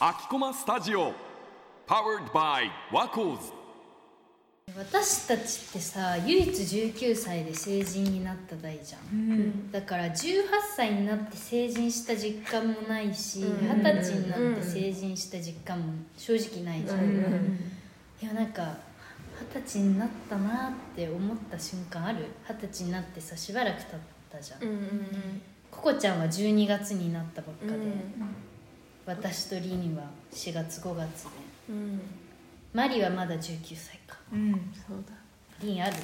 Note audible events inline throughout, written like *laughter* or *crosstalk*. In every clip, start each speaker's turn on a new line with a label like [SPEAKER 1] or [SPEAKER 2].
[SPEAKER 1] アキコマスタジオ Powered by ワコーズ
[SPEAKER 2] 私たちってさ唯一19歳で成人になった代じゃん、だから18歳になって成人した実感もないし
[SPEAKER 3] う
[SPEAKER 2] 二
[SPEAKER 3] ん
[SPEAKER 2] 十、歳になって成人した実感も正直ないじゃん、いやなんか二十歳になったなって思った瞬間ある二十歳になってさしばらく経ったじゃん、ココちゃんは12月になったばっかで、私とリニは4月5月でマリはまだ19歳か
[SPEAKER 3] うんそうだ
[SPEAKER 2] リンある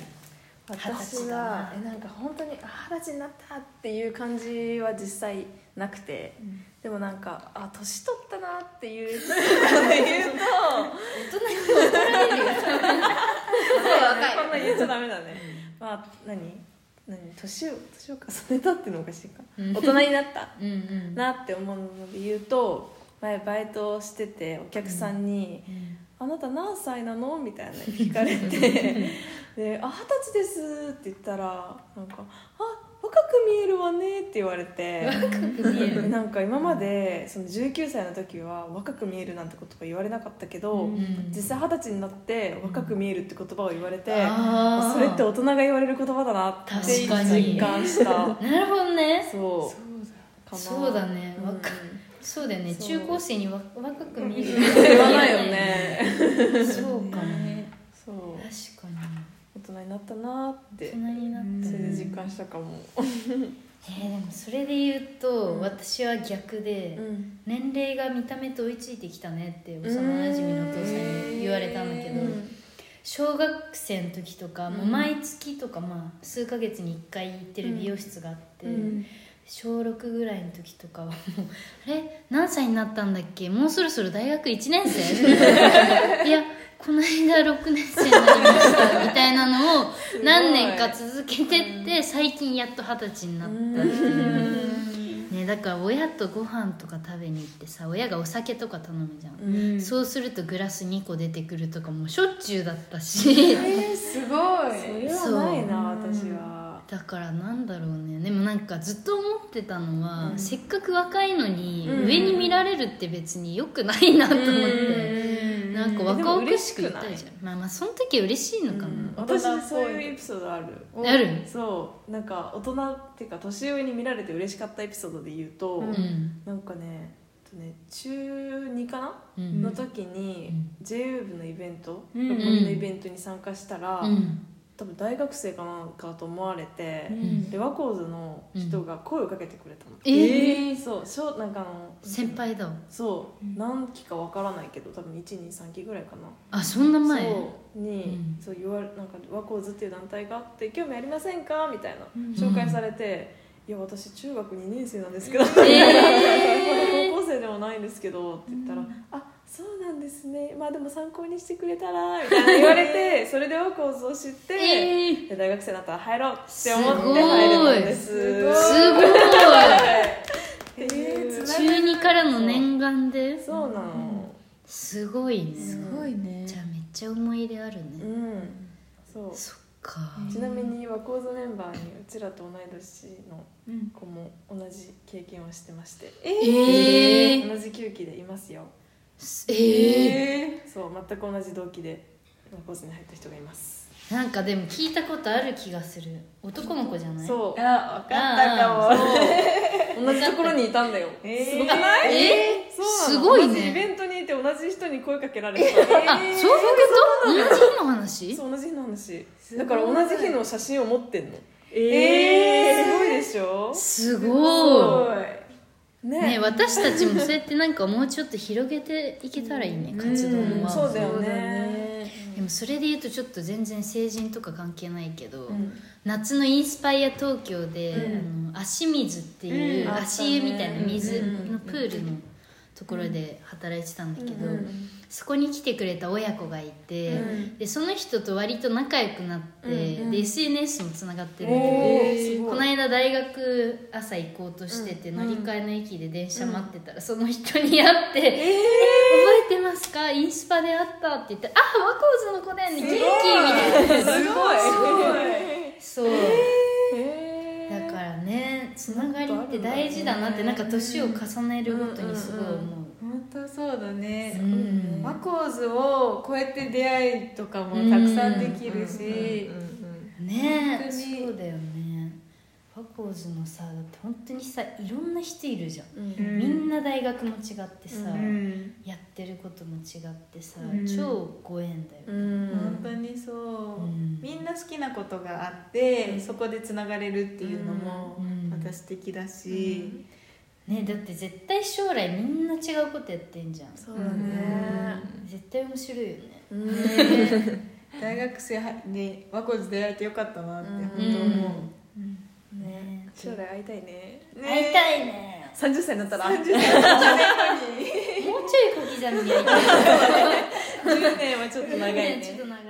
[SPEAKER 3] 私
[SPEAKER 2] 20だな
[SPEAKER 3] はえなんか本当にあ二十歳になったっていう感じは実際なくて、でもなんかあ年取ったなっていう言うと
[SPEAKER 2] 大人に怒られる *laughs* よ
[SPEAKER 3] *laughs* こんな言っちゃダメだねまあ何何年を年を重ねたっていうのおかしいか
[SPEAKER 2] うん
[SPEAKER 3] 大人になった
[SPEAKER 2] うんうん
[SPEAKER 3] なって思うので言うと前バイトをしててお客さんに「あなた何歳なの?」みたいなの聞か
[SPEAKER 2] *laughs*
[SPEAKER 3] れて「であ二十歳です」って言ったらなんか「あ若く見えるわね」って言われて。
[SPEAKER 2] く見える
[SPEAKER 3] なんか今までその19歳の時は若く見えるなんて言葉言われなかったけど、
[SPEAKER 2] ん
[SPEAKER 3] 実際二十歳になって若く見えるって言葉を言われて、
[SPEAKER 2] あー
[SPEAKER 3] それって大人が言われる言葉だなって
[SPEAKER 2] 確かに
[SPEAKER 3] 実
[SPEAKER 2] *laughs*
[SPEAKER 3] 感した
[SPEAKER 2] なるほどね
[SPEAKER 3] そうかな
[SPEAKER 2] そうだね
[SPEAKER 3] うん
[SPEAKER 2] 若そうだよね
[SPEAKER 3] そう
[SPEAKER 2] 中高生にわ若く見える
[SPEAKER 3] 言わないよね
[SPEAKER 2] そうかもね
[SPEAKER 3] そう
[SPEAKER 2] 確かに
[SPEAKER 3] 大人になったなーって
[SPEAKER 2] 大人になった
[SPEAKER 3] それ
[SPEAKER 2] ね
[SPEAKER 3] で実感したかも
[SPEAKER 2] えーでもそれで言うと、
[SPEAKER 3] うん
[SPEAKER 2] 私は逆で、
[SPEAKER 3] うん
[SPEAKER 2] 年齢が見た目と追いついてきたねって幼なじみのお父さんに言われたんだけど、
[SPEAKER 3] うん
[SPEAKER 2] 小学生の時とか、もううん毎月とか、まあ、数ヶ月に1回行ってる美容室があって、
[SPEAKER 3] うん
[SPEAKER 2] 小6ぐらいの時とかはもう *laughs* 「あれ何歳になったんだっけもうそろそろ大学1年生? 」 *laughs* いやこの間6年生になりま *laughs* した」みたいなのを
[SPEAKER 3] ごい
[SPEAKER 2] 何年か続けてって最近やっと二十歳になったっていう。ね、だから親とご飯とか食べに行ってさ親がお酒とか頼むじゃん、
[SPEAKER 3] うん
[SPEAKER 2] そうするとグラス2個出てくるとかもしょっちゅうだったし
[SPEAKER 3] *laughs* えー、すごいそれはないな私は
[SPEAKER 2] だからなんだろうねでもなんかずっと思ってたのは、
[SPEAKER 3] うん
[SPEAKER 2] せっかく若いのに、
[SPEAKER 3] うん
[SPEAKER 2] 上に見られるって別に良くないなと思って、
[SPEAKER 3] うん
[SPEAKER 2] なんか若々しくいたいじ
[SPEAKER 3] で
[SPEAKER 2] ゃんまあまあその時は嬉しいのかな、
[SPEAKER 3] うん私そういうエピソードある
[SPEAKER 2] ある
[SPEAKER 3] そうなんか大人っていうか年上に見られて嬉しかったエピソードで言うと、
[SPEAKER 2] うんうん
[SPEAKER 3] なんかねえっとね中2かな、
[SPEAKER 2] う
[SPEAKER 3] の
[SPEAKER 2] ん
[SPEAKER 3] 時に、JW 部のイベント
[SPEAKER 4] う
[SPEAKER 3] 六
[SPEAKER 4] ん
[SPEAKER 3] 本木のイベントに参加したら、
[SPEAKER 2] うん
[SPEAKER 3] 多分大学生かなんかと思われて、
[SPEAKER 2] ん
[SPEAKER 3] でワコーズの人が声をかけてくれたの、
[SPEAKER 2] えー
[SPEAKER 3] えーそうしょなんかあの
[SPEAKER 2] 先輩だわ
[SPEAKER 3] そう何期かわからないけど多分123期ぐらいかな
[SPEAKER 2] あそんな前
[SPEAKER 3] そうに、
[SPEAKER 2] うん
[SPEAKER 3] そう言われなんか和光図っていう団体があって興味ありませんかみたいな
[SPEAKER 4] うん
[SPEAKER 3] 紹介されて、いや私中学2年生なんですけど、
[SPEAKER 2] えー
[SPEAKER 3] まだ高校生でもないんですけどって言ったら、あそうなんですねまあでも参考にしてくれたらみたいな言われてそれで和光図を知って、
[SPEAKER 2] えー
[SPEAKER 3] で大学生になったら入ろうって
[SPEAKER 2] す
[SPEAKER 3] 思っ
[SPEAKER 2] ごい
[SPEAKER 3] て入れたんです
[SPEAKER 2] すごい
[SPEAKER 3] えーつなが
[SPEAKER 2] 中2からの念願で
[SPEAKER 3] そうなの
[SPEAKER 2] すごいね
[SPEAKER 4] すごいね
[SPEAKER 2] じゃあめっちゃ思い入れある
[SPEAKER 3] う
[SPEAKER 2] ね、
[SPEAKER 3] んそう
[SPEAKER 2] そっか
[SPEAKER 3] ちなみに和光図メンバーにうちらと同い年の
[SPEAKER 4] うん
[SPEAKER 3] 子も同じ経験をしてまして
[SPEAKER 2] えー
[SPEAKER 3] 同じ9期でいますよ
[SPEAKER 2] ええ
[SPEAKER 3] そう全く同じ同期で和光図に入った人がいます
[SPEAKER 2] なんかでも聞いたことある気がする男の子じゃない
[SPEAKER 3] そう
[SPEAKER 4] あ分
[SPEAKER 2] かったかも
[SPEAKER 3] そう同じところにいたんだよすごくない
[SPEAKER 2] え
[SPEAKER 3] そうなの
[SPEAKER 2] すごいね
[SPEAKER 3] 同じイベントにいて同じ人に声かけられ
[SPEAKER 2] あ
[SPEAKER 3] た
[SPEAKER 2] そういうこと同じ日の話
[SPEAKER 3] そう同じ日の話だから同じ日の写真を持ってんの
[SPEAKER 4] えー
[SPEAKER 3] すごいでしょ
[SPEAKER 2] すごい
[SPEAKER 3] いね
[SPEAKER 2] ね、私たちもそうやってなんかもうちょっと広げていけたらいいね活動
[SPEAKER 3] うん
[SPEAKER 2] は
[SPEAKER 3] そうだよ
[SPEAKER 4] そうだ
[SPEAKER 3] ね
[SPEAKER 4] ね
[SPEAKER 2] でもそれで言うとちょっと全然成人とか関係ないけど、
[SPEAKER 3] うん
[SPEAKER 2] 夏のインスパイア東京で、
[SPEAKER 3] う
[SPEAKER 2] あの足水っていう、
[SPEAKER 3] うん
[SPEAKER 2] 足湯みたいな水
[SPEAKER 3] うん
[SPEAKER 2] のプールのところで働いてたんだけど、
[SPEAKER 3] うん
[SPEAKER 2] そこに来てくれた親子がいて、
[SPEAKER 3] うん
[SPEAKER 2] でその人と割と仲良くなって、
[SPEAKER 3] うんうん
[SPEAKER 2] で SNS もつながってるんだけど
[SPEAKER 3] お
[SPEAKER 4] え
[SPEAKER 3] ー
[SPEAKER 4] ー
[SPEAKER 3] すご
[SPEAKER 2] こ
[SPEAKER 3] い
[SPEAKER 2] の間大学朝行こうとしてて、
[SPEAKER 3] うん
[SPEAKER 2] 乗り換えの駅で電車待ってたら、その人に会って「え覚えてますかインスパで会った」って言って「あワコーズの子だよね元気」みたいな
[SPEAKER 3] すごい
[SPEAKER 2] そう、
[SPEAKER 3] え
[SPEAKER 2] だからねつながりっって大事だなってなんか年を重ねるごとにすごい思う、
[SPEAKER 5] 本当そうだね
[SPEAKER 2] う、ん
[SPEAKER 5] ワコーズをこうやって出会いとかもたくさんできるし、
[SPEAKER 2] ねえ
[SPEAKER 5] 本当に
[SPEAKER 2] そうだよねワコーズのさだって本当にさいろんな人いるじゃん、
[SPEAKER 5] うん
[SPEAKER 2] みんな大学も違ってさ、
[SPEAKER 5] うん
[SPEAKER 2] やってることも違ってさ、
[SPEAKER 5] うん
[SPEAKER 2] 超ご縁だよ、
[SPEAKER 5] 本当にそう、
[SPEAKER 2] うん
[SPEAKER 5] みんな好きなことがあって、そこでつながれるっていうのも
[SPEAKER 2] うん
[SPEAKER 5] 私的だし、
[SPEAKER 2] ねだって絶対将来みんな違うことやってんじゃん
[SPEAKER 3] そうだね
[SPEAKER 2] 絶対面白いよね
[SPEAKER 5] 大学生に和光寺出会えてよかったなって本
[SPEAKER 2] う
[SPEAKER 5] 当
[SPEAKER 2] ん
[SPEAKER 5] 思
[SPEAKER 2] ね
[SPEAKER 3] 将来会いたいね
[SPEAKER 5] う、ね
[SPEAKER 2] 会いたいね
[SPEAKER 3] 30歳になった
[SPEAKER 2] *laughs*
[SPEAKER 3] ら *laughs*
[SPEAKER 2] もうちょい小刻みに会いたい
[SPEAKER 3] 10年はちょっと長
[SPEAKER 2] *laughs*
[SPEAKER 3] い
[SPEAKER 5] *laughs*
[SPEAKER 2] ちょっ
[SPEAKER 3] ね
[SPEAKER 2] と長い